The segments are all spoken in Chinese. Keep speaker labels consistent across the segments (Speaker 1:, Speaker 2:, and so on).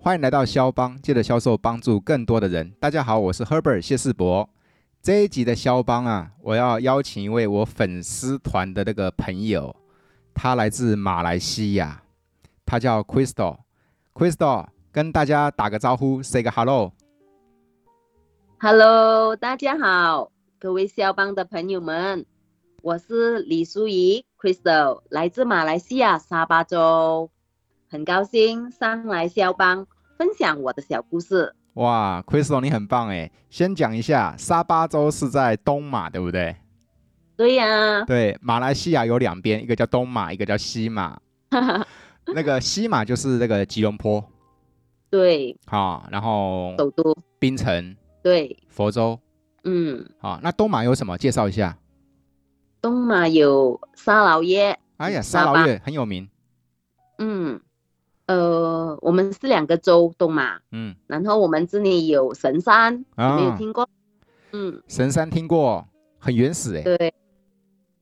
Speaker 1: 欢迎来到肖邦，借着销售帮助更多的人。大家好，我是 Herbert 谢世博。这一集的肖邦啊，我要邀请一位我粉丝团的那个朋友，他来自马来西亚，他叫 Crystal。Crystal 跟大家打个招呼，say 个 hello。
Speaker 2: Hello，大家好，各位肖邦的朋友们，我是李淑怡 Crystal，来自马来西亚沙巴州，很高兴上来肖邦分享我的小故事。
Speaker 1: 哇，Crystal 你很棒哎！先讲一下，沙巴州是在东马，对不对？
Speaker 2: 对呀、
Speaker 1: 对，马来西亚有两边，一个叫东马，一个叫西马。那个西马就是那个吉隆坡，
Speaker 2: 对，
Speaker 1: 好、然后
Speaker 2: 首都，
Speaker 1: 槟城、
Speaker 2: 对，
Speaker 1: 佛州，
Speaker 2: 嗯，
Speaker 1: 好、那东马有什么？介绍一下。
Speaker 2: 东马有沙劳越，
Speaker 1: 哎呀，沙
Speaker 2: 沙
Speaker 1: 劳
Speaker 2: 巴
Speaker 1: 越很有名，
Speaker 2: 嗯，呃，我们是两个州，东马，
Speaker 1: 嗯
Speaker 2: 然后我们这里有神山，有没有
Speaker 1: 啊，
Speaker 2: 听过？嗯，
Speaker 1: 神山听过，很原始哎，
Speaker 2: 对，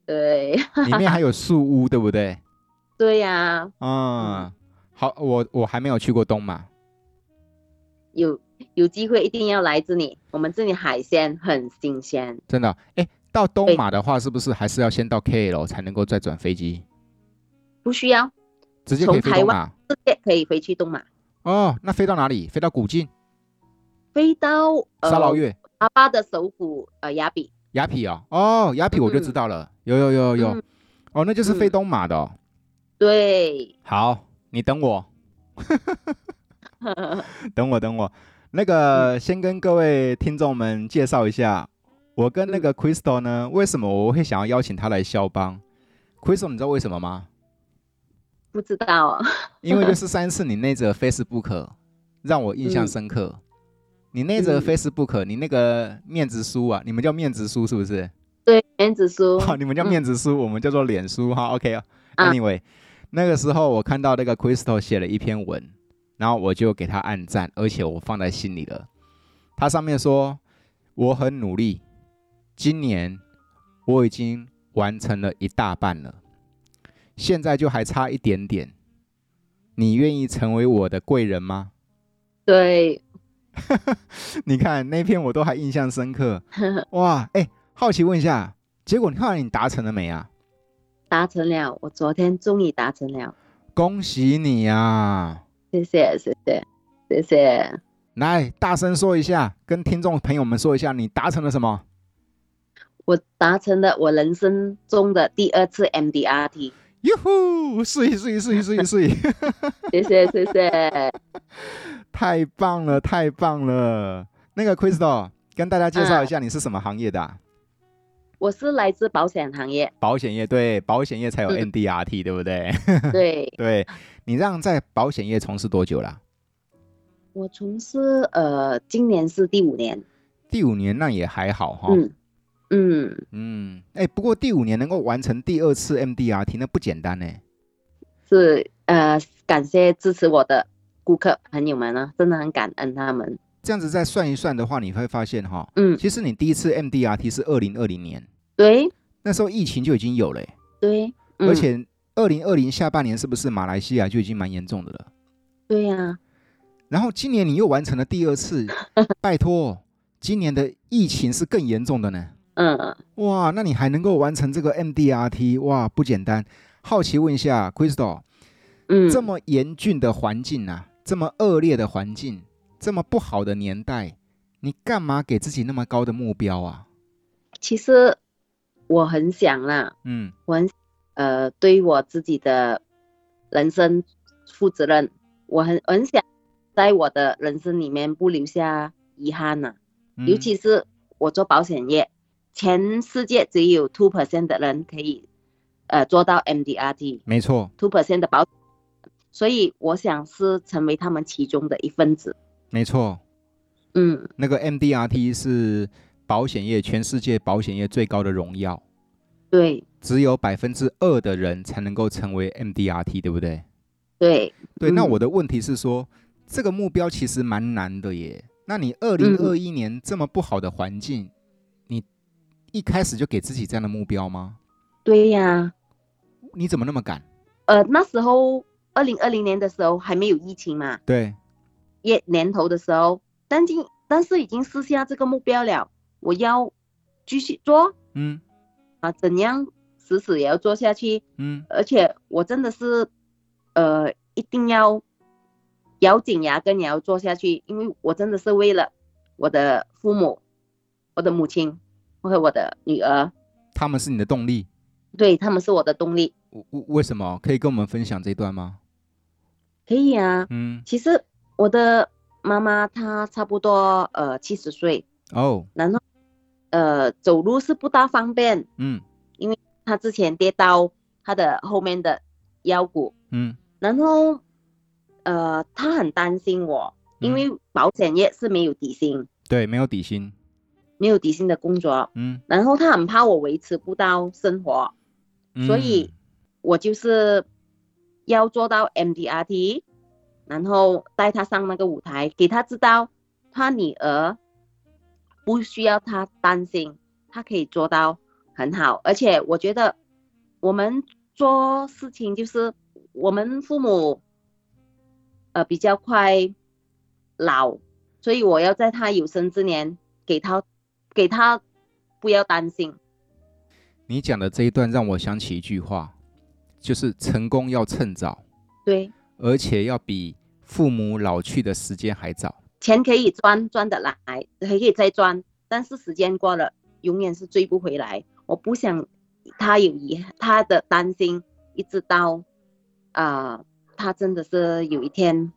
Speaker 2: 对，
Speaker 1: 里面还有树屋，对不对？
Speaker 2: 对呀、
Speaker 1: 嗯，好，我我还没有去过东马，
Speaker 2: 有有机会一定要来这里，我们这里海鲜很新鲜。
Speaker 1: 真的。哎，到东
Speaker 2: 对
Speaker 1: 马的话，是不是还是要先到 KL 才能够再转飞机，
Speaker 2: 不需要，
Speaker 1: 直接
Speaker 2: 从
Speaker 1: 可以飞
Speaker 2: 台
Speaker 1: 东
Speaker 2: 湾
Speaker 1: 马？
Speaker 2: 直接可以回去东马，
Speaker 1: 哦，那飞到哪里？飞到古晋、
Speaker 2: 飞到呃
Speaker 1: 沙劳越。
Speaker 2: 沙巴的首府呃雅比。
Speaker 1: 雅痞哦，哦，雅痞我就知
Speaker 2: 嗯
Speaker 1: 道了，有有有有，
Speaker 2: 嗯
Speaker 1: 哦，那就是飞
Speaker 2: 嗯
Speaker 1: 东马的、哦。
Speaker 2: 对，
Speaker 1: 好，你等我， 等我，等我。那
Speaker 2: 嗯
Speaker 1: 个，先跟各位听众们介绍一下，我跟那
Speaker 2: 嗯
Speaker 1: 个 Crystal 呢，为什么我会想要邀请他来肖邦？Crystal，你知道为什么吗？
Speaker 2: 不知道 哦，
Speaker 1: 因为就是上一次你那则 Facebook 让我印象
Speaker 2: 嗯
Speaker 1: 深刻。你那则
Speaker 2: 嗯
Speaker 1: Facebook，你那个面子书啊，你们叫面子书是不是？
Speaker 2: 对，原子 书，
Speaker 1: 好，你们叫面子书，我们叫做脸书哈。
Speaker 2: 啊
Speaker 1: OK，Anyway，、那个时候我看到那个 Crystal 写了一篇文，然后我就给他按赞，而且我放在心里了。他上面说我很努力，今年我已经完成了一大半了，现在就还差一点点。你愿意成为我的贵人吗？
Speaker 2: 对，
Speaker 1: 你看那篇我都还印象深刻。哇，哎，好奇问一下，结果你看你达成了没啊？
Speaker 2: 达成了，我昨天终于达成了，
Speaker 1: 恭喜你啊！
Speaker 2: 谢谢，谢谢，谢谢。
Speaker 1: 来，大声说一下，跟听众朋友们说一下，你达成了什么？
Speaker 2: 我达成了我人生中的第二次 MDRT，
Speaker 1: 哟呼，睡睡睡睡睡，
Speaker 2: 谢谢 谢谢。
Speaker 1: 太棒了，太棒了！那个 Crystal，跟大家介绍一下，你是什么行业的啊、
Speaker 2: 我是来自保险行 业，
Speaker 1: 保险业，对，保险业才有
Speaker 2: 嗯
Speaker 1: NDRT，、对不对？
Speaker 2: 对，
Speaker 1: 对，你让在保险业从事多久啦？
Speaker 2: 我从事呃，今年是第五年，
Speaker 1: 第五年，那也还好哈。
Speaker 2: 嗯嗯，
Speaker 1: 嗯，哎、不过第五年能够完成第二次 MDRT，那不简单呢。
Speaker 2: 是呃，感谢支持我的顾客朋友们啊，真的很感恩他们。
Speaker 1: 这样子再算一算的话，你会发现哈，
Speaker 2: 嗯，
Speaker 1: 其实你第一次 MDRT 是二零二零年，
Speaker 2: 对
Speaker 1: 那时候疫情就已经有了欸、
Speaker 2: 对，嗯、
Speaker 1: 而且二零二零下半年是不是马来西亚就已经蛮严重的了？
Speaker 2: 对呀、
Speaker 1: 然后今年你又完成了第二 次，拜托，今年的疫情是更严重的呢。
Speaker 2: 嗯，
Speaker 1: 哇，那你还能够完成这个 MDRT，哇，不简单。好奇问一下，Crystal，
Speaker 2: 嗯，
Speaker 1: 这么严峻的环境啊，这么恶劣的环境，这么不好的年代，你干嘛给自己那么高的目标啊？
Speaker 2: 其实我很想啦，
Speaker 1: 嗯，
Speaker 2: 我很呃，对我自己的人生负责任，我很我很想在我的人生里面不留下遗憾呐、
Speaker 1: 嗯
Speaker 2: 尤其是我做保险业，全世界只有 two percent 的人可以呃做到 MDRT
Speaker 1: 没错，
Speaker 2: two percent 的保，所以我想是成为他们其中的一份子。
Speaker 1: 没错，
Speaker 2: 嗯，
Speaker 1: 那个 MDRT 是保险业全世界保险业最高的荣耀，
Speaker 2: 对
Speaker 1: 只有百分之二的人才能够成为 MDRT，对不对？
Speaker 2: 对，
Speaker 1: 对，
Speaker 2: 嗯
Speaker 1: 那我的问题是说，这个目标其实蛮难的耶。那你二零二一年这么不好的环境，你一开始就给自己这样的目标吗？
Speaker 2: 对呀、
Speaker 1: 你怎么那么敢？
Speaker 2: 呃，那时候二零二零年的时候还没有疫情嘛，
Speaker 1: 对，
Speaker 2: 月年头的时候，但今但是已经设下这个目标了，我要继续做
Speaker 1: 嗯
Speaker 2: 啊，怎样死死也要做下去。
Speaker 1: 嗯
Speaker 2: 而且我真的是，呃，一定要咬紧牙根也要做下去，因为我真的是为了我的父母、我的母亲和我的女儿，
Speaker 1: 他们是你的动力。
Speaker 2: 对他们是我的动力。
Speaker 1: 为为为什么可以跟我们分享这一段吗？
Speaker 2: 可以啊，
Speaker 1: 嗯，
Speaker 2: 其实我的妈妈她差不多呃七十岁，
Speaker 1: 哦，
Speaker 2: 然后呃走路是不大方便，
Speaker 1: 嗯
Speaker 2: 她之前跌到她的后面的腰骨，
Speaker 1: 嗯
Speaker 2: 然后，呃，他很担心我，因为保险业是没有底薪、
Speaker 1: 对，没有底薪。
Speaker 2: 没有底薪的工作，
Speaker 1: 嗯，
Speaker 2: 然后他很怕我维持不到生活，
Speaker 1: 嗯
Speaker 2: 所以我就是要做到 MDRT，然后带他上那个舞台，给他知道他女儿不需要他担心，他可以做到很好。而且我觉得我们做事情就是我们父母呃比较快老，所以我要在他有生之年给他给他不要担心。
Speaker 1: 嗯你讲的这一段让我想起一句话，就是成功要趁早，
Speaker 2: 对，
Speaker 1: 而且要比父母老去的时间还早。
Speaker 2: 钱可以赚，赚得来，还可以再赚，但是时间过了，永远是追不回来。我不想他有遗他的担心，一直到啊、他真的是有一天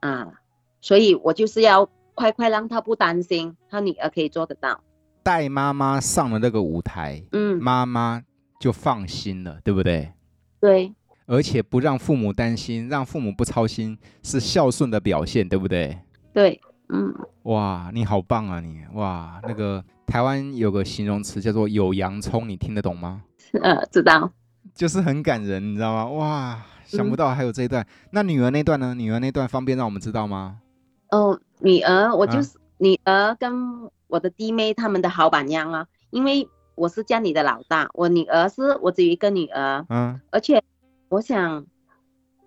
Speaker 2: 啊、所以我就是要快快让他不担心，他女儿可以做得到。
Speaker 1: 带妈妈上了那个舞台，
Speaker 2: 嗯，
Speaker 1: 妈妈就放心了，对不对？
Speaker 2: 对，
Speaker 1: 而且不让父母担心，让父母不操心，是孝顺的表现，对不对？
Speaker 2: 对，嗯，
Speaker 1: 哇，你好棒啊你！哇，那个台湾有个形容词叫做“有洋葱”，你听得懂吗？
Speaker 2: 呃，知道。
Speaker 1: 就是很感人，你知道吗？哇，想不到还有这一段。那女儿那段呢？女儿那段方便让我们知道吗？
Speaker 2: 哦，女儿，我就
Speaker 1: 啊
Speaker 2: 是、女儿跟我的弟妹他们的好榜样啊，因为我是家里的老大，我女儿是我只有一个女儿，
Speaker 1: 嗯
Speaker 2: 而且我想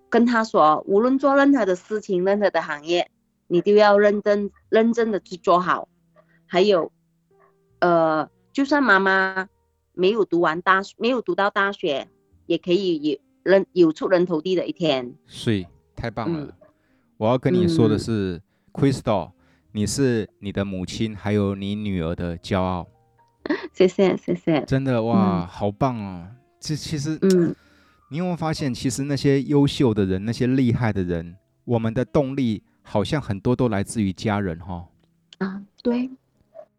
Speaker 2: 跟她说，无论做任何的事情、任何的行业，你都要认真、认真的去做好。还有，呃，就算妈妈没有读完大，没有读到大学，也可以有人有出人头地的一天。
Speaker 1: 是，太棒了。
Speaker 2: 嗯
Speaker 1: 我要跟你说的
Speaker 2: 嗯
Speaker 1: 是、c r y s t a l 你是你的母亲还有你女儿的骄傲，
Speaker 2: 谢谢，谢谢。
Speaker 1: 真的哇，好棒哦！这其实
Speaker 2: 嗯。
Speaker 1: 你有没有发现，其实那些优秀的人，那些厉害的人，我们的动力好像很多都来自于家人哈、哦，
Speaker 2: 啊，对，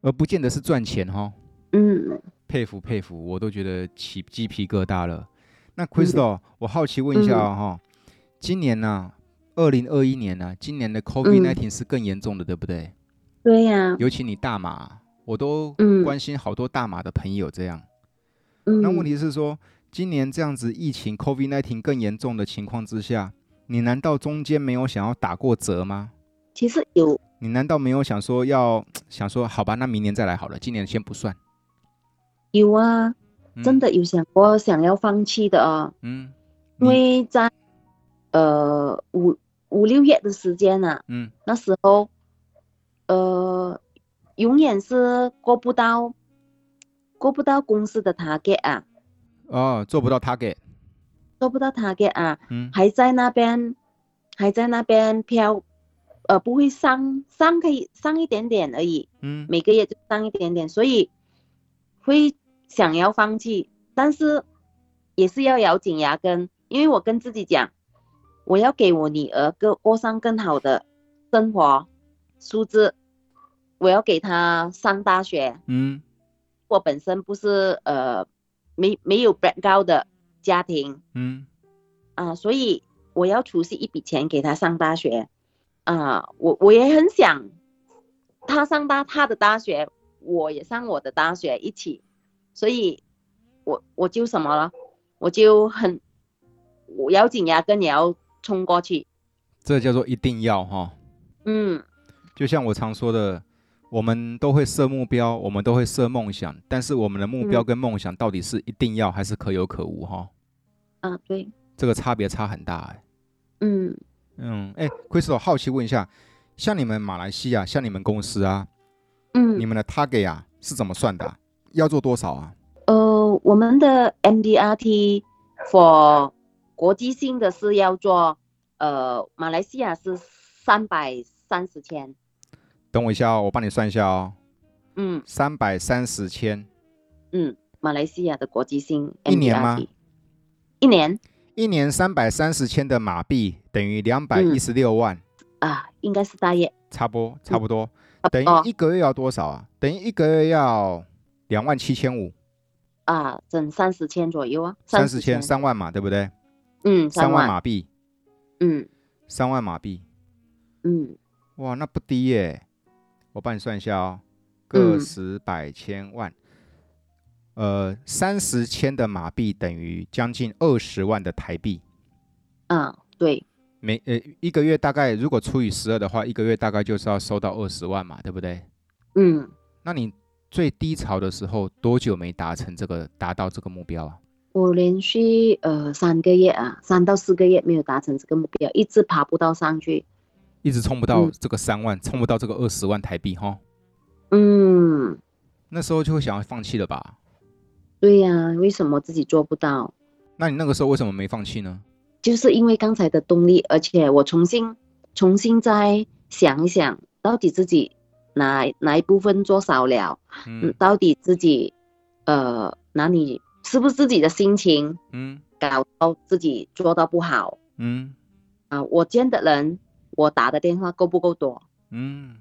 Speaker 1: 而不见得是赚钱哈、哦。
Speaker 2: 嗯
Speaker 1: 佩服佩服，我都觉得起鸡皮疙瘩了。
Speaker 2: 嗯
Speaker 1: 那 Crystal，、我好奇问一下哈、哦今年呢、2二零二一年呢、今
Speaker 2: 嗯
Speaker 1: 年的 COVID-19 是更严重的，对不对？，
Speaker 2: 对呀、
Speaker 1: 尤其你大马，我都
Speaker 2: 嗯
Speaker 1: 关心好多大马的朋友这样。
Speaker 2: 嗯，
Speaker 1: 那问题是说，今年这样子疫情 COVID-19 更严重的情况之下，你难道中间没有想要打过折吗？
Speaker 2: 其实有，
Speaker 1: 你难道没有想说要想说好吧，那明年再来好了，今年先不算？
Speaker 2: 有啊，
Speaker 1: 嗯
Speaker 2: 真？的有想过想要放弃的啊，
Speaker 1: 嗯，你
Speaker 2: 因为在呃五五六月的时间啊，
Speaker 1: 嗯
Speaker 2: 那时候呃永远是过不到过不到公司的 target 啊，
Speaker 1: 哦，做不到 target。
Speaker 2: 做不到 target 啊，
Speaker 1: 嗯
Speaker 2: 还在那边还在那边飘，呃不会上上可以上一点点而已，
Speaker 1: 嗯
Speaker 2: 每个月就上一点点，所以会想要放弃，但是也是要咬紧牙根，因为我跟自己讲，我要给我女儿过过上更好的生活素质，我要给她上大学。
Speaker 1: 嗯
Speaker 2: 我本身不是呃没没有 background 的家庭
Speaker 1: 嗯
Speaker 2: 啊、所以我要储蓄一笔钱给她上大学啊、我我也很想他上大他的大学，我也上我的大学一起，所以我我就什么了，我就很我咬紧牙根也要冲过去。
Speaker 1: 这叫做一定要哈、
Speaker 2: 嗯
Speaker 1: 就像我常说的，我们都会设目标，我们都会设梦想，但是我们的目标
Speaker 2: 嗯
Speaker 1: 跟梦想到底是一定要还是可有可无哈、
Speaker 2: 啊对，
Speaker 1: 这个差别差很大哎。
Speaker 2: 嗯
Speaker 1: 欸嗯，哎，Crystal，好奇问一下，像你们马来西亚，像你们公司啊，
Speaker 2: 嗯
Speaker 1: 你，们的 target 啊是怎么算的啊、要做多少啊？
Speaker 2: 呃，我们的 MDRT for 国际性的是要做，呃，马来西亚是三百三十千，
Speaker 1: 等我一下哦，我帮你算一下哦，
Speaker 2: 嗯
Speaker 1: 三百三十千
Speaker 2: 嗯，马来西亚的国际性 MDRT,
Speaker 1: 一年吗？
Speaker 2: 一年
Speaker 1: 一年三百三十千的马币等于两百一十六万，
Speaker 2: 啊，应该是大约
Speaker 1: 差不多嗯差不多，等
Speaker 2: 哦
Speaker 1: 于一个月要多少啊？等于一个月要两万七千五，
Speaker 2: 啊，整三十千左右啊，
Speaker 1: 三
Speaker 2: 十
Speaker 1: 十千三万嘛，对不对？
Speaker 2: 嗯，
Speaker 1: 三
Speaker 2: 三
Speaker 1: 万，马币，
Speaker 2: 嗯
Speaker 1: 三万马币，
Speaker 2: 嗯
Speaker 1: 哇，那不低耶！我帮你算一下哦，个
Speaker 2: 嗯
Speaker 1: 十百千万，呃，三十千的马币等于将近二十万的台币。
Speaker 2: 啊，对，
Speaker 1: 每呃一个月大概如果除以十二的话，一个月大概就是要收到二十万嘛，对不对？
Speaker 2: 嗯。
Speaker 1: 那你最低潮的时候多久没达成这个达到这个目标啊？
Speaker 2: 我连续呃三个月啊，三到四个月没有达成这个目标，一直爬不到上去。
Speaker 1: 一直冲不到
Speaker 2: 嗯
Speaker 1: 这个三万，冲不到这个二十万台币哈，
Speaker 2: 嗯，
Speaker 1: 那时候就会想要放弃了吧？
Speaker 2: 对呀、为什么自己做不到？
Speaker 1: 那你那个时候为什么没放弃呢？
Speaker 2: 就是因为刚才的动力，而且我重新重新再想一想，到底自己哪哪一部分做少了，嗯
Speaker 1: 嗯，
Speaker 2: 到底自己呃哪里是不是自己的心情
Speaker 1: 嗯
Speaker 2: 搞到自己做到不好
Speaker 1: 嗯
Speaker 2: 啊、我见的人，我打的电话够不够多？
Speaker 1: 嗯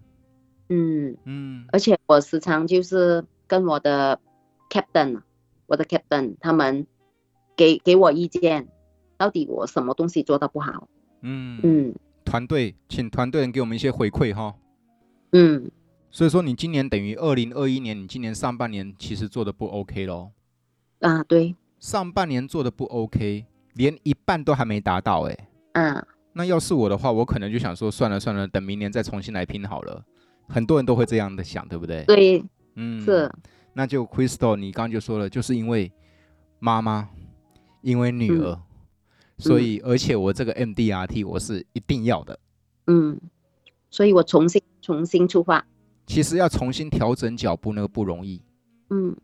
Speaker 2: 嗯。
Speaker 1: 嗯
Speaker 2: 而且我时常就是跟我的 captain，我啊的 captain 他们给给我意见，到底我什么东西做的不好？
Speaker 1: 嗯嗯，
Speaker 2: 嗯
Speaker 1: 团队，请团队人给我们一些回馈哈。
Speaker 2: 嗯，
Speaker 1: 所以说，你今年等于二零二一年，你今年上半年其实做的不 OK 咯。
Speaker 2: 啊对，
Speaker 1: 上半年做的不 OK，连一半都还没达到哎、
Speaker 2: 啊
Speaker 1: 那要是我的话，我可能就想说，算了算了，等明年再重新来拼好了。很多人都会这样的想，对不对？，
Speaker 2: 对
Speaker 1: 嗯，
Speaker 2: 是。
Speaker 1: 那就 Crystal，你刚刚就说了，就是因为妈妈，因为女儿，所以而且我这个 MDRT 我是一定要的。
Speaker 2: 嗯，所以我重新重新出发，
Speaker 1: 其实要重新调整脚步，那个不容易。
Speaker 2: 嗯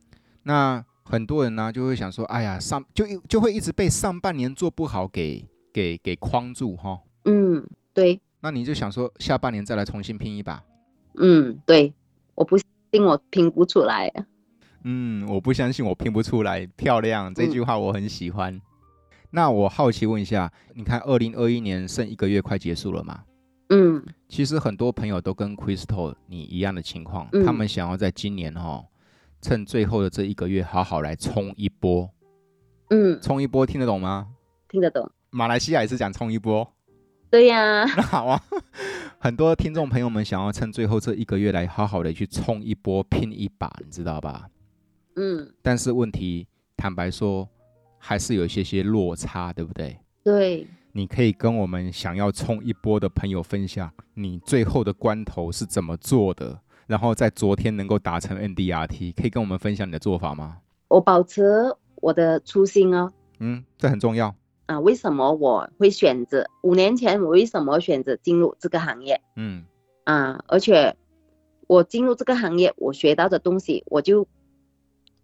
Speaker 1: 那很多人呢、就会想说，哎呀，上就一就会一直被上半年做不好给给给框住哈、
Speaker 2: 嗯对
Speaker 1: 那你就想说下半年再来重新拼一把？
Speaker 2: 嗯对，我不信我评估出来，
Speaker 1: 嗯，我不相信我拼不出来，漂亮这句话我很喜欢。那我好奇问一下，你看二零二一年剩一个月快结束了嘛？
Speaker 2: 嗯
Speaker 1: 其实很多朋友都跟 Crystal 你一样的情况，
Speaker 2: 嗯
Speaker 1: 他们想要在今年哦，趁最后的这一个月好好来冲一波，
Speaker 2: 嗯
Speaker 1: 冲一波听得懂吗？
Speaker 2: 听得懂，
Speaker 1: 马来西亚也是讲冲一波，
Speaker 2: 对呀、
Speaker 1: 那好啊， 很多听众朋友们想要趁最后这一个月来好好的去冲一波、拼一把，你知道吧？
Speaker 2: 嗯
Speaker 1: 但是问题，坦白说，还是有一些些落差，对不对？
Speaker 2: 对，
Speaker 1: 你可以跟我们想要冲一波的朋友分享，你最后的关头是怎么做的，然后在昨天能够达成 NDRT，可以跟我们分享你的做法吗？
Speaker 2: 我保持我的初心哦，
Speaker 1: 嗯，这很重要。
Speaker 2: 啊，为什么我会选择五年前我为什么选择进入这个行业
Speaker 1: 嗯
Speaker 2: 啊？而且我进入这个行业，我学到的东西我就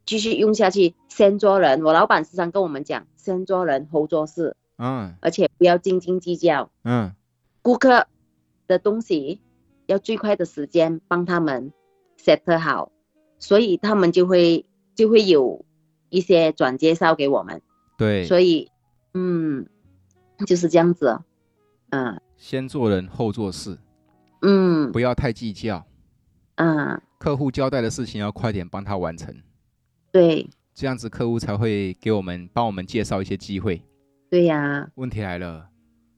Speaker 2: 继续用下去，先做人。我老板时常跟我们讲，先做人后做事，
Speaker 1: 嗯
Speaker 2: 而且不要斤斤计较。
Speaker 1: 嗯
Speaker 2: 顾客的东西要最快的时间帮他们 set 好，所以他们就会就会有一些转介绍给我们。
Speaker 1: 对，
Speaker 2: 所以，嗯，就是这样子哦，嗯
Speaker 1: 先做人后做事，
Speaker 2: 嗯
Speaker 1: 不要太计较。
Speaker 2: 啊，
Speaker 1: 客户交代的事情要快点帮他完成，
Speaker 2: 对
Speaker 1: 这样子客户才会给我们帮我们介绍一些机会。
Speaker 2: 对呀、
Speaker 1: 问题来了，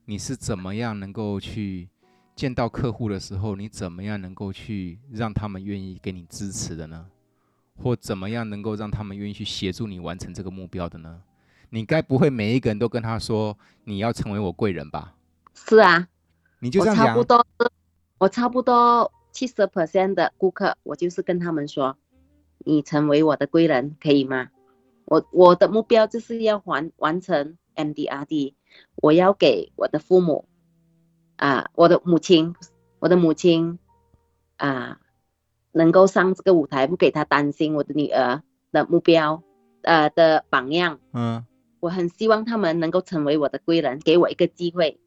Speaker 1: 你是怎么样能够去见到客户的时候，你怎么样能够去让他们愿意给你支持的呢？或怎么样能够让他们愿意去协助你完成这个目标的呢？你该不会每一个人都跟他说你要成为我贵人吧？
Speaker 2: 是啊，
Speaker 1: 你就
Speaker 2: 我
Speaker 1: 这样
Speaker 2: 差不
Speaker 1: 讲，
Speaker 2: 多，我差不多七十 percent 的顾客，我就是跟他们说，你成为我的贵人，可以吗？我我的目标就是要完完成 MDRD，我要给我的父母，啊，我的母亲，我的母亲啊，能够上这个舞台，不给她担心我的女儿的目标，呃的榜样。
Speaker 1: 嗯
Speaker 2: 我很希望他们能够成为我的贵人，给我一个机会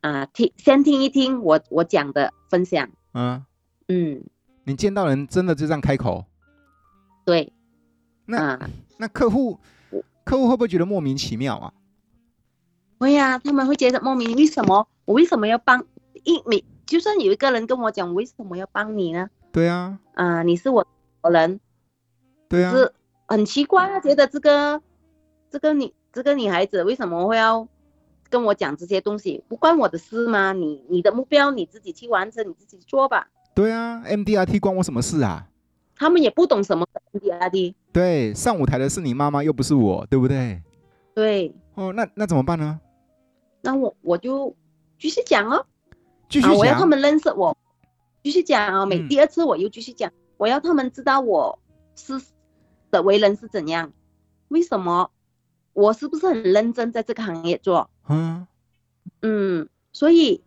Speaker 2: 啊，听先听一听我我讲的分享，
Speaker 1: 嗯，
Speaker 2: 嗯，
Speaker 1: 你见到人真的就这样开口，
Speaker 2: 对，
Speaker 1: 那
Speaker 2: 啊，
Speaker 1: 那客户客户会不会觉得莫名其妙啊？
Speaker 2: 会呀、他们会觉得莫名，为什么我为什么要帮一你？就算有一个人跟我讲，我为什么要帮你呢？
Speaker 1: 对啊，
Speaker 2: 啊，你是我的人，
Speaker 1: 对啊，
Speaker 2: 是很奇怪啊，觉得这个这个女这个女孩子为什么会要跟我讲这些东西？不关我的事吗？你你的目标你自己去完成，你自己做吧。
Speaker 1: 对啊，MDRT 关我什么事啊？
Speaker 2: 他们也不懂什么啊 NDRD，
Speaker 1: 对，上舞台的是你妈妈，又不是我，对不对？
Speaker 2: 对，
Speaker 1: 哦，那那怎么办呢？
Speaker 2: 那我我就继续讲哦，
Speaker 1: 继续
Speaker 2: 啊，我要
Speaker 1: 讲
Speaker 2: 他，们认识我，继续讲啊、每
Speaker 1: 嗯
Speaker 2: 第二次我又继续讲，我要他们知道我是的为人是怎样，为什么我是不是很认真在这个行业做？
Speaker 1: 嗯
Speaker 2: 嗯，所以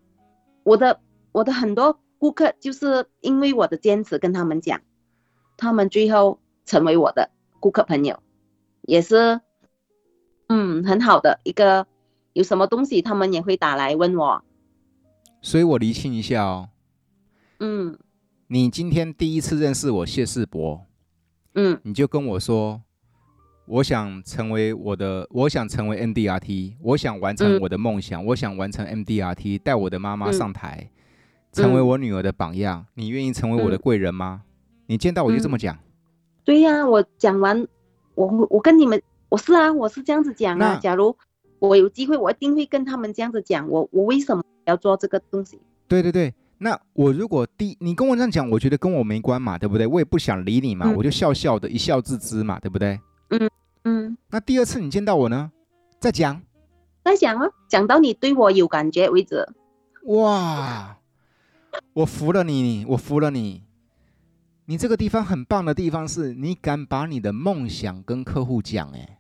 Speaker 2: 我的我的很多顾客就是因为我的坚持跟他们讲，他们最后成为我的顾客朋友，也是嗯很好的一个，有什么东西他们也会打来问我，
Speaker 1: 所以我厘清一下哦，
Speaker 2: 嗯
Speaker 1: 你今天第一次认识我谢世博，
Speaker 2: 嗯
Speaker 1: 你就跟我说，我想成为我的，我想成为 MDRT，我想完成
Speaker 2: 嗯
Speaker 1: 我的梦想，我想完成 MDRT，带我的妈妈
Speaker 2: 嗯
Speaker 1: 上台，成为我女儿的榜样。你愿意成为我的
Speaker 2: 嗯
Speaker 1: 贵人吗？你见到我就这么讲。
Speaker 2: 对呀、我讲完，我我跟你们，我是啊，我是这样子讲
Speaker 1: 那
Speaker 2: 啊。假如我有机会，我一定会跟他们这样子讲，我我为什么要做这个东西？
Speaker 1: 对对对，那我如果第你跟我这样讲，我觉得跟我没关嘛，对不对？我也不想理你嘛，
Speaker 2: 嗯
Speaker 1: 我就笑笑的，一笑置之嘛，对不对？
Speaker 2: 嗯，
Speaker 1: 那第二次你见到我呢，再讲，
Speaker 2: 再讲啊，讲到你对我有感觉为止。
Speaker 1: 哇，我服了你，我服了你。你这个地方很棒的地方是你敢把你的梦想跟客户讲，哎，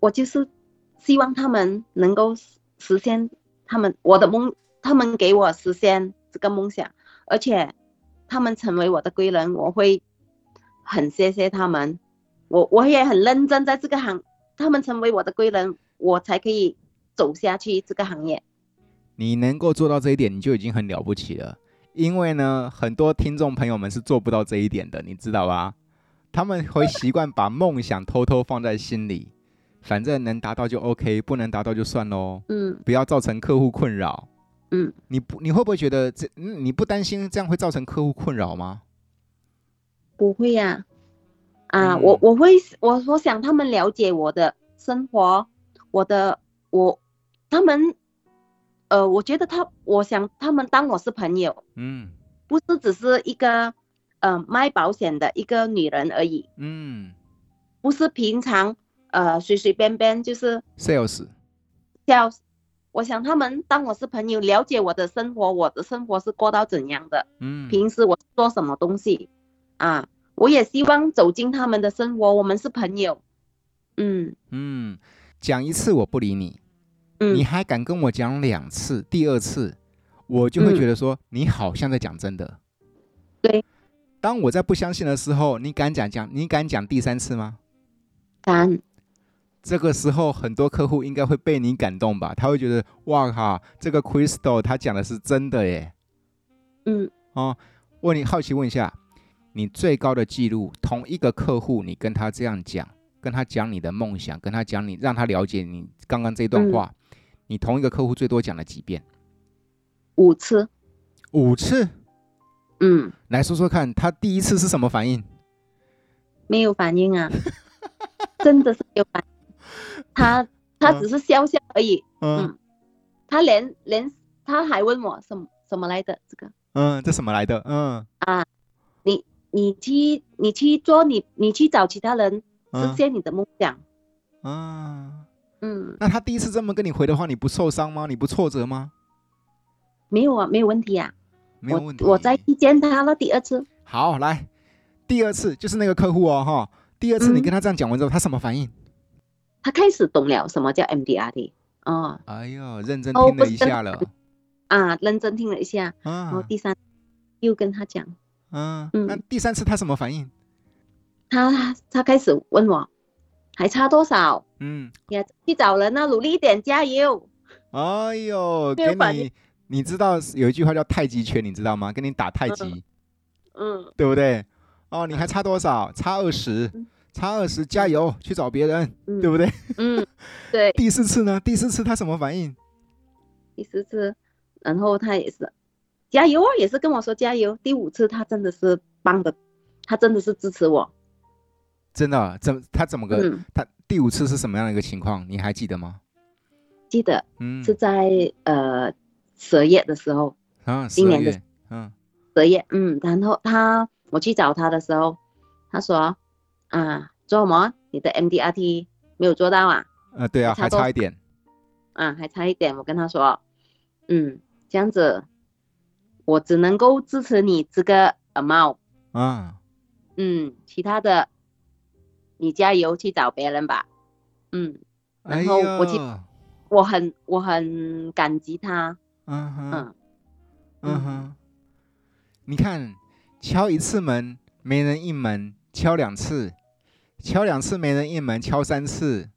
Speaker 2: 我就是希望他们能够实实现他们我的梦，他们给我实现这个梦想，而且他们成为我的贵人，我会很谢谢他们。我我也很认真在这个行，他们成为我的贵人，我才可以走下去这个行业。
Speaker 1: 你能够做到这一点，你就已经很了不起了。因为呢，很多听众朋友们是做不到这一点的，你知道吧？他们会习惯把梦想偷偷放在心里，反正能达到就 OK，不能达到就算喽，
Speaker 2: 嗯，
Speaker 1: 不要造成客户困扰。
Speaker 2: 嗯，
Speaker 1: 你不你会不会觉得这嗯你不担心这样会造成客户困扰吗？
Speaker 2: 不会呀、啊，
Speaker 1: 嗯
Speaker 2: 我我会我我想他们了解我的生活，我的我，他们，呃，我觉得他，我想他们当我是朋友，
Speaker 1: 嗯
Speaker 2: 不是只是一个呃卖保险的一个女人而已，
Speaker 1: 嗯
Speaker 2: 不是平常呃随随便便就是
Speaker 1: ，sales，
Speaker 2: 叫。我想他们当我是朋友，了解我的生活，我的生活是过到怎样的，
Speaker 1: 嗯，
Speaker 2: 平时我做什么东西啊，我也希望走进他们的生活，我们是朋友。嗯
Speaker 1: 嗯，讲一次我不理你，你
Speaker 2: 嗯
Speaker 1: 还敢跟我讲两次，第二次我就会觉得说、你好像在讲真的。
Speaker 2: 嗯对，
Speaker 1: 当我在不相信的时候，你敢讲讲，你敢讲第三次吗？
Speaker 2: 感
Speaker 1: 这个时候，很多客户应该会被你感动吧？他会觉得哇哈，这个 Crystal 他讲的是真的耶。
Speaker 2: 嗯
Speaker 1: 哦，问你好奇问一下，你最高的记录，同一个客户，你跟他这样讲，跟他讲你的梦想，跟他讲你让他了解你刚刚这段
Speaker 2: 嗯
Speaker 1: 话，你同一个客户最多讲了几遍？
Speaker 2: 五次，
Speaker 1: 五次。
Speaker 2: 嗯，
Speaker 1: 来说说看，他第一次是什么反应？
Speaker 2: 没有反应 啊，真的是没有反应，他他
Speaker 1: 嗯
Speaker 2: 只是笑笑而已，
Speaker 1: 嗯
Speaker 2: 嗯他连连他还问我什么什么来的这个，啊
Speaker 1: 嗯，这什么来的？嗯
Speaker 2: 你去你去做你你去找其他人实
Speaker 1: 嗯
Speaker 2: 现你的梦想，
Speaker 1: 啊，
Speaker 2: 嗯，
Speaker 1: 那他第一次这么跟你回的话，你不受伤吗？你不挫折吗？
Speaker 2: 没有啊，没有问题啊，
Speaker 1: 没有问题。
Speaker 2: 我我再去见他了第二次，
Speaker 1: 好来，第二次就是那个客户哦哈。第二次你
Speaker 2: 嗯
Speaker 1: 跟他这样讲完之后，他什么反应？
Speaker 2: 他开始懂了什么叫 MDRT 哦，
Speaker 1: 哎呦，认真
Speaker 2: 哦
Speaker 1: 听
Speaker 2: 不
Speaker 1: 了
Speaker 2: 是
Speaker 1: 一
Speaker 2: 真的
Speaker 1: 下了，
Speaker 2: 啊，认真听了一下，然后
Speaker 1: 啊
Speaker 2: 第三又跟他讲，
Speaker 1: 啊，
Speaker 2: 嗯
Speaker 1: 那第三次他什么反应？
Speaker 2: 他他开始问我还差多少，
Speaker 1: 嗯，
Speaker 2: 也去找人呢，努力一点，加油。
Speaker 1: 哎呦，
Speaker 2: 没有
Speaker 1: 给
Speaker 2: 反
Speaker 1: 你，你知道有一句话叫太极拳，你知道吗？跟你打太极，
Speaker 2: 嗯，
Speaker 1: 对不对？哦，你还差多少？差二十，差二十，加油，去找别人，
Speaker 2: 嗯
Speaker 1: 对不对？
Speaker 2: 嗯，对，
Speaker 1: 第四次呢？第四次他什么反应？
Speaker 2: 第四次，然后他也是加油哦，也是跟我说加油。第五次他真的是帮的，他真的是支持我。
Speaker 1: 真的，怎他怎么个？
Speaker 2: 嗯，
Speaker 1: 他第五次是什么样的一个情况？你还记得吗？
Speaker 2: 记得
Speaker 1: 嗯，
Speaker 2: 是在呃蛇月的时候，
Speaker 1: 啊，十
Speaker 2: 今
Speaker 1: 二
Speaker 2: 年的
Speaker 1: 月，嗯
Speaker 2: 蛇月，嗯，然后他我去找他的时候，他说啊，做什么？你的 MDRT 没有做到啊？
Speaker 1: 呃，对啊，
Speaker 2: 还差
Speaker 1: 还
Speaker 2: 多
Speaker 1: 差一点，
Speaker 2: 啊，还差一点。我跟他说，嗯，这样子，我只能够支持你这个 amount，
Speaker 1: 啊，
Speaker 2: 嗯，其他的你加油去找别人吧，嗯，
Speaker 1: 哎
Speaker 2: 然后我记
Speaker 1: 呀
Speaker 2: 我很我很感激他，
Speaker 1: 嗯哼
Speaker 2: 嗯，
Speaker 1: 嗯哼，你看，敲一次门没人应门，敲两次，敲两次没人应门，敲三次，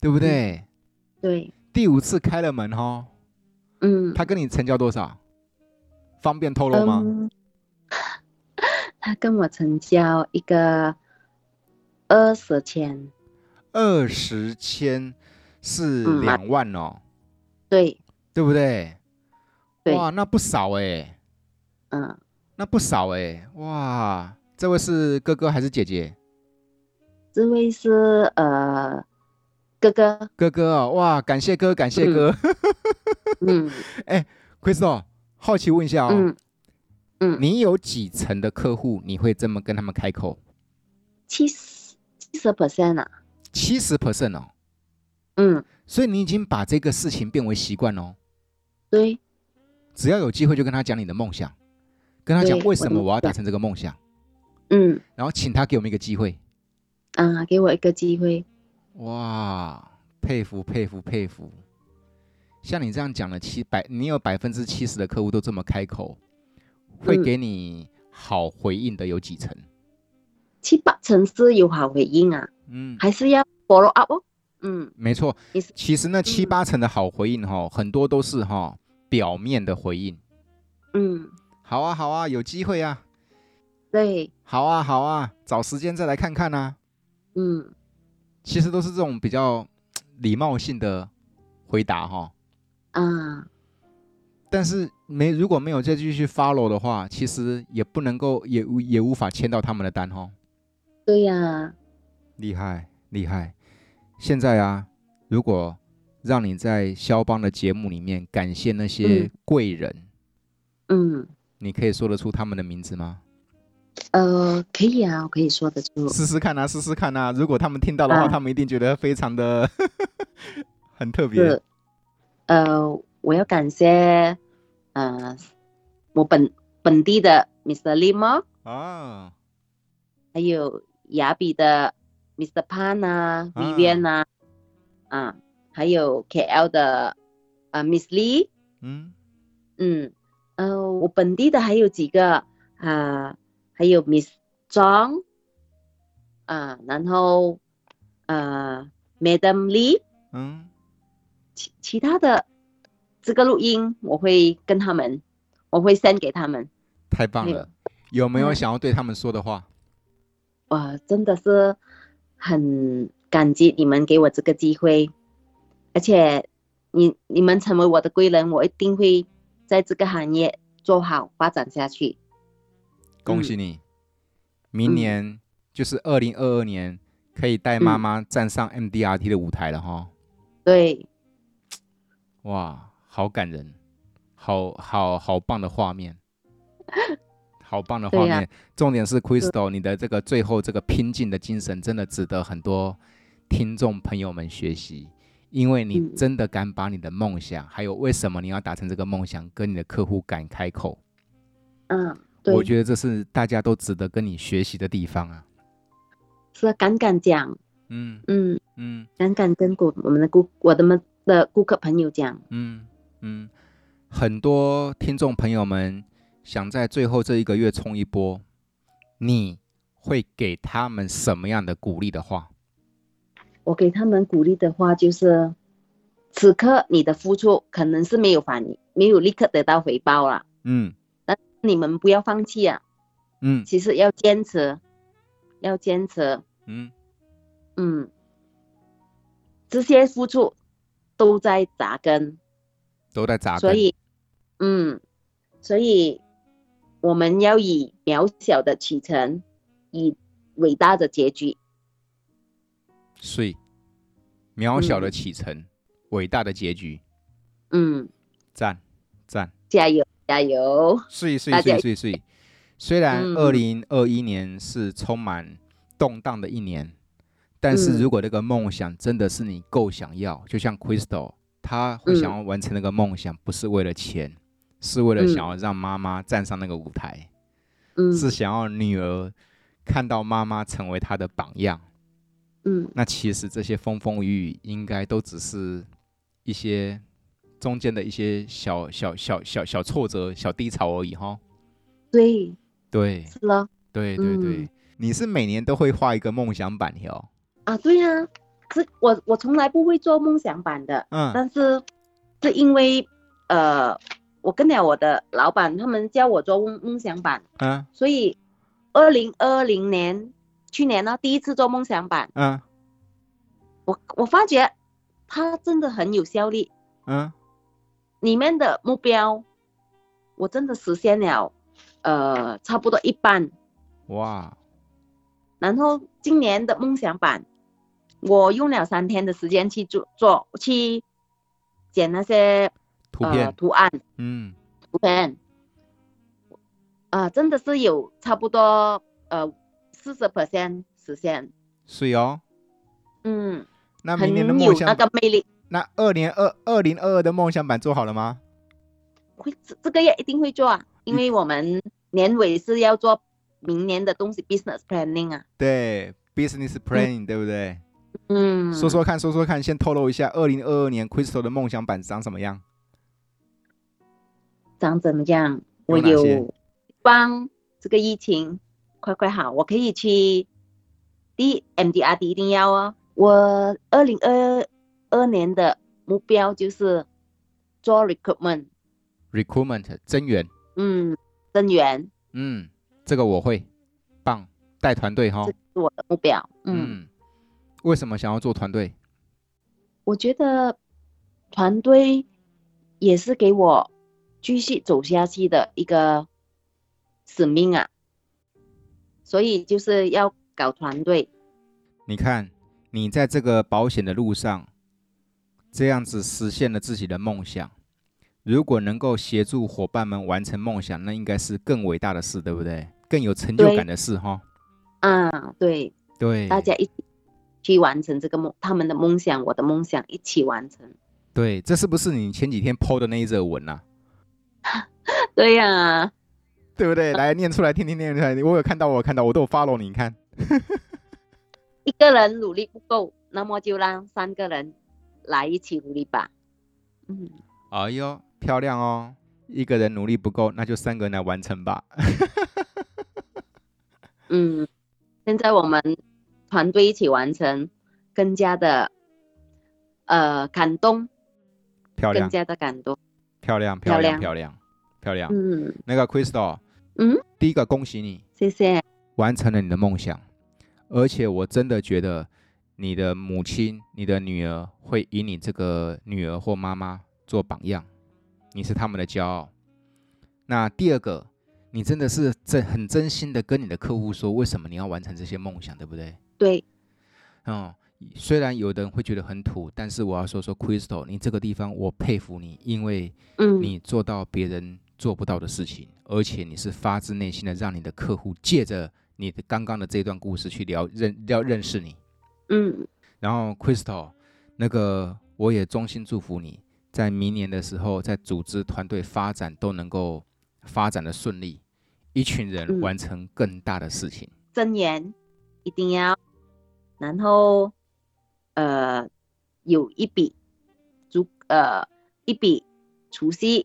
Speaker 1: 对不对？
Speaker 2: 嗯对，
Speaker 1: 第五次开了门哦，
Speaker 2: 嗯，
Speaker 1: 他跟你成交多少？方便透露吗？
Speaker 2: 嗯他跟我成交一个二十千，
Speaker 1: 二十千是
Speaker 2: 嗯
Speaker 1: 两万哦，
Speaker 2: 对，
Speaker 1: 对不对？
Speaker 2: 对
Speaker 1: 哇，那不少哎、
Speaker 2: 嗯，
Speaker 1: 那不少哎、哇！这位是哥哥还是姐姐？
Speaker 2: 这位是呃哥哥，
Speaker 1: 哥哥哦，哇，感谢哥，感谢哥。
Speaker 2: 嗯
Speaker 1: Crystal，好奇问一下哦，
Speaker 2: 嗯嗯，
Speaker 1: 你有几成的客户你会这么跟他们开口？
Speaker 2: 七十七十 percent 啊，
Speaker 1: 七十 percent 哦，
Speaker 2: 嗯，
Speaker 1: 所以你已经把这个事情变为习惯哦。
Speaker 2: 对，
Speaker 1: 只要有机会就跟他讲你的梦想，跟他讲
Speaker 2: 对
Speaker 1: 为什么
Speaker 2: 我的
Speaker 1: 我要达
Speaker 2: 梦想
Speaker 1: 成这个梦想，
Speaker 2: 嗯
Speaker 1: 然后请他给我们一个机会。
Speaker 2: 啊，给我一个机会，
Speaker 1: 哇，佩服佩服佩服！像你这样讲了七百，你有百分之七十的客户都这么开口，会
Speaker 2: 嗯
Speaker 1: 给你好回应的有几成？
Speaker 2: 七八成是有好回应啊，
Speaker 1: 嗯，
Speaker 2: 还是要 follow up 哦，嗯
Speaker 1: 没错
Speaker 2: 你是。
Speaker 1: 其实那七
Speaker 2: 嗯
Speaker 1: 八成的好回应哈、很多都是哈、表面的回应。
Speaker 2: 嗯，
Speaker 1: 好啊，好啊，有机会啊，
Speaker 2: 对，
Speaker 1: 好啊，好啊，找时间再来看看啊。
Speaker 2: 嗯
Speaker 1: 其实都是这种比较礼貌性的回答哈、
Speaker 2: 啊，
Speaker 1: 但是没如果没有再继续 follow 的话，其实也不能够也无也无法签到他们的单哦。
Speaker 2: 对呀、
Speaker 1: 厉害厉害！现在啊，如果让你在肖邦的节目里面感谢那些
Speaker 2: 嗯
Speaker 1: 贵人，
Speaker 2: 嗯
Speaker 1: 你可以说得出他们的名字吗？
Speaker 2: 呃，可以啊，我可以说得出，
Speaker 1: 试试看啊，试试看啊！如果他们听到的话，
Speaker 2: 啊
Speaker 1: 他们一定觉得非常的 很特别
Speaker 2: 是，呃，我要感谢，呃，我本本地的 Mr. Lim，哦
Speaker 1: 啊。
Speaker 2: 还有雅比的 Mr. Pan 啊
Speaker 1: 啊
Speaker 2: ，Vivian 啊，啊，还有 KL 的呃 Miss Lee，
Speaker 1: 嗯，
Speaker 2: 嗯，呃，我本地的还有几个啊、还有 Miss Zhang，啊、然后呃 Madam Lee，
Speaker 1: 嗯，
Speaker 2: 其其他的这个录音我会跟他们，我会 send 给他们。
Speaker 1: 太棒
Speaker 2: 没有
Speaker 1: 了！有没有
Speaker 2: 嗯
Speaker 1: 想要对他们说的话？
Speaker 2: 哇，真的是很感激你们给我这个机会，而且你你们成为我的贵人，我一定会在这个行业做好发展下去。
Speaker 1: 恭喜你，明
Speaker 2: 嗯
Speaker 1: 年就是二零二二年，可以带妈妈站上 MDRT 的舞台了哈！
Speaker 2: 对，
Speaker 1: 哇，好感人，好好好棒的画 面，好棒的画
Speaker 2: 对呀
Speaker 1: 面。重点是 Crystal，你的这个最后这个拼劲的精神，真的值得很多听众朋友们学习。因为你
Speaker 2: 嗯
Speaker 1: 真的敢把你的梦想，还有为什么你要达成这个梦想，跟你的客户敢开口，
Speaker 2: 嗯，对，
Speaker 1: 我觉得这是大家都值得跟你学习的地方啊。
Speaker 2: 是敢敢讲，
Speaker 1: 嗯
Speaker 2: 嗯，
Speaker 1: 嗯，
Speaker 2: 敢敢跟顾我们的顾我的们的顾客朋友讲，
Speaker 1: 嗯，嗯，很多听众朋友们想在最后这一个月冲一波，你会给他们什么样的鼓励的话？
Speaker 2: 我给他们鼓励的话就是，此刻你的付出可能是没有反，没有立刻得到回报了，
Speaker 1: 嗯
Speaker 2: 你们不要放弃啊！
Speaker 1: 嗯
Speaker 2: 其实要坚持，要坚持，
Speaker 1: 嗯
Speaker 2: 嗯，这些付出都在扎根，
Speaker 1: 都在扎根。
Speaker 2: 所以，嗯，所以我们要以渺小的启程，以伟大的结局。
Speaker 1: 所以渺小的
Speaker 2: 嗯
Speaker 1: 启程，伟大的结局，
Speaker 2: 嗯，
Speaker 1: 赞赞，
Speaker 2: 加油，加油！
Speaker 1: 睡睡
Speaker 2: 大家
Speaker 1: 睡睡睡。虽然
Speaker 2: 嗯
Speaker 1: 二零二一年是充满动荡的一年，但是
Speaker 2: 嗯
Speaker 1: 如果那个梦想真的是你够想要，就像 Crystal，他会想
Speaker 2: 嗯
Speaker 1: 要完成那个梦想，不是为了钱，是为了
Speaker 2: 嗯
Speaker 1: 想要让妈妈站上那个舞台，
Speaker 2: 嗯
Speaker 1: 是想要女儿看到妈妈成为她的榜样。
Speaker 2: 嗯
Speaker 1: 那其实这些风风雨雨应该都只是一些中间的一些小小小小小挫折、小低潮而已哈。
Speaker 2: 嗯对，
Speaker 1: 对
Speaker 2: 是咯，
Speaker 1: 对对对，
Speaker 2: 嗯
Speaker 1: 你是每年都会画一个梦想版哟。
Speaker 2: 啊，对呀、啊，这我我从来不会做梦想版的，
Speaker 1: 嗯
Speaker 2: 但是是因为呃，我跟了我的老板，他们叫我做梦梦想版，
Speaker 1: 嗯
Speaker 2: 所以二零二零年去年呢，第一次做梦想版，
Speaker 1: 嗯
Speaker 2: 我我发觉它真的很有效力，
Speaker 1: 嗯
Speaker 2: 里面的目标我真的实现了，呃，差不多一半。
Speaker 1: 哇，
Speaker 2: 然后今年的梦想版，我用了三天的时间去做做去剪那些
Speaker 1: 图
Speaker 2: 呃、
Speaker 1: 片，
Speaker 2: 图案
Speaker 1: 嗯
Speaker 2: 图片，啊、真的是有差不多呃四十 percent 实现，
Speaker 1: 是哦。
Speaker 2: 嗯，
Speaker 1: 那
Speaker 2: 很
Speaker 1: 明年的
Speaker 2: 有
Speaker 1: 梦
Speaker 2: 那
Speaker 1: 想，
Speaker 2: 个魅力。
Speaker 1: 那二零二二零二二的梦想版做好了吗？
Speaker 2: 会这这个月一定会做啊，因为我们年尾是要做明年的东西 business planning 啊，
Speaker 1: 对，business plan，、对不对？
Speaker 2: 嗯，
Speaker 1: 说说看，说说看，先透露一下二零二二年 Crystal 的梦想版长什么样？
Speaker 2: 长怎么样？我
Speaker 1: 有哪些
Speaker 2: 有帮这个疫情快快好，我可以去第一 MDRD 一定要哦。我二零二二年的目标就是做 recruitment，
Speaker 1: recruitment 增援，
Speaker 2: 嗯，增援，
Speaker 1: 嗯，这个我会，棒，带团队哈
Speaker 2: 这，是我的目标。嗯，
Speaker 1: 哦嗯，为什么想要做团队？
Speaker 2: 我觉得团队也是给我继续走下去的一个使命啊，所以就是要搞团队。
Speaker 1: 你看，你在这个保险的路上，这样子实现了自己的梦想。如果能够协助伙伴们完成梦想，那应该是更伟大的事，对不对？更有成就
Speaker 2: 对
Speaker 1: 感的事哈。
Speaker 2: 啊，对，
Speaker 1: 对，
Speaker 2: 大家一起去完成这个梦，他们的梦想，我的梦想一起完成。
Speaker 1: 对，这是不是你前几天 PO 的那一则文啊？
Speaker 2: 对呀、
Speaker 1: 对不对？
Speaker 2: 啊
Speaker 1: 来念出来听听，念出来。我有看到，我有看到，我都有 follow 你，你看。
Speaker 2: 一个人努力不够，那么就让三个人来一起努力吧。嗯，
Speaker 1: 哎呦，漂亮哦！一个人努力不够，那就三个人来完成吧。
Speaker 2: 嗯，现在我们团队一起完成，更加的呃感动，
Speaker 1: 漂
Speaker 2: 更
Speaker 1: 亮，
Speaker 2: 加的感动。
Speaker 1: 漂亮，
Speaker 2: 漂
Speaker 1: 亮，
Speaker 2: 亮
Speaker 1: 漂亮，漂亮。
Speaker 2: 嗯，
Speaker 1: 那个 Crystal，
Speaker 2: 嗯，
Speaker 1: 第一个恭喜你
Speaker 2: 谢谢。
Speaker 1: 完成了你的梦想，而且我真的觉得你的母亲、你的女儿会以你这个女儿或妈妈做榜样，你是他们的骄傲。那第二个，你真的是真很真心的跟你的客户说，为什么你要完成这些梦想，对不对？
Speaker 2: 对，
Speaker 1: 嗯，虽然有的人会觉得很土，但是我要说说 Crystal，你这个地方我佩服你，因为
Speaker 2: 嗯
Speaker 1: 你做到别人做不到的事情，而且你是发自内心的让你的客户借着你的刚刚的这段故事去聊认要认识你。
Speaker 2: 嗯
Speaker 1: 然后 Crystal，那个我也衷心祝福你在明年的时候，在组织团队发展都能够发展的顺利，一群人
Speaker 2: 嗯
Speaker 1: 完成更大的事情。
Speaker 2: 真言一定要，然后呃有一笔足呃一笔除夕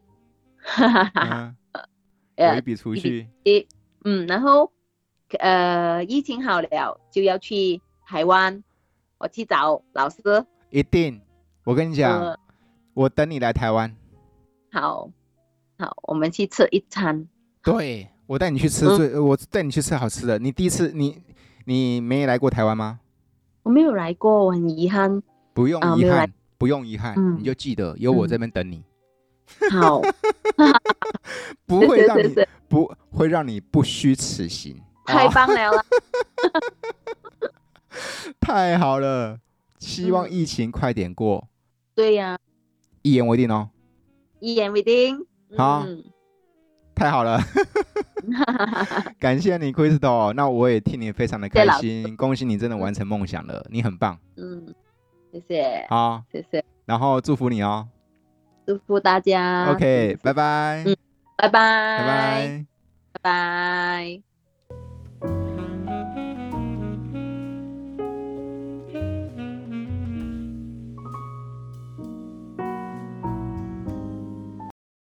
Speaker 2: 哈哈哈哈。
Speaker 1: 嗯，有一
Speaker 2: 呃，
Speaker 1: 笔储
Speaker 2: 一笔
Speaker 1: 蓄，
Speaker 2: 一 嗯，然后呃，疫情好了就要去台湾，我去找老师。
Speaker 1: 一定。我跟你讲
Speaker 2: 呃，
Speaker 1: 我等你来台湾，
Speaker 2: 好，好，我们去吃一餐。
Speaker 1: 对我带你去吃
Speaker 2: 嗯
Speaker 1: 最，我带你去吃好吃的。你第一次，你你没来过台湾吗？
Speaker 2: 我没有来过，我很遗憾。
Speaker 1: 不用
Speaker 2: 啊
Speaker 1: 遗
Speaker 2: 没有来
Speaker 1: 憾，不用遗憾，
Speaker 2: 嗯
Speaker 1: 你就记得有我
Speaker 2: 嗯
Speaker 1: 这边等你，
Speaker 2: 好，
Speaker 1: 不
Speaker 2: 对
Speaker 1: 会
Speaker 2: 对
Speaker 1: 让
Speaker 2: 对
Speaker 1: 你
Speaker 2: 对，
Speaker 1: 不会让你不虚此行。
Speaker 2: 太
Speaker 1: 啊
Speaker 2: 棒了啦！
Speaker 1: 太好了，希望
Speaker 2: 嗯
Speaker 1: 疫情快点过，
Speaker 2: 对呀、
Speaker 1: 一言为定哦。
Speaker 2: 一言为定。
Speaker 1: 好
Speaker 2: 嗯，
Speaker 1: 太好 了，感谢你，Crystal。那我也替你非常的开
Speaker 2: 谢老
Speaker 1: 心，恭喜你真的完成梦想了，你很棒。
Speaker 2: 嗯，谢谢，
Speaker 1: 好，
Speaker 2: 谢谢，
Speaker 1: 然后祝福你哦。
Speaker 2: 祝福大家。
Speaker 1: OK，拜拜，
Speaker 2: 嗯拜拜，
Speaker 1: 拜拜。
Speaker 2: 拜拜。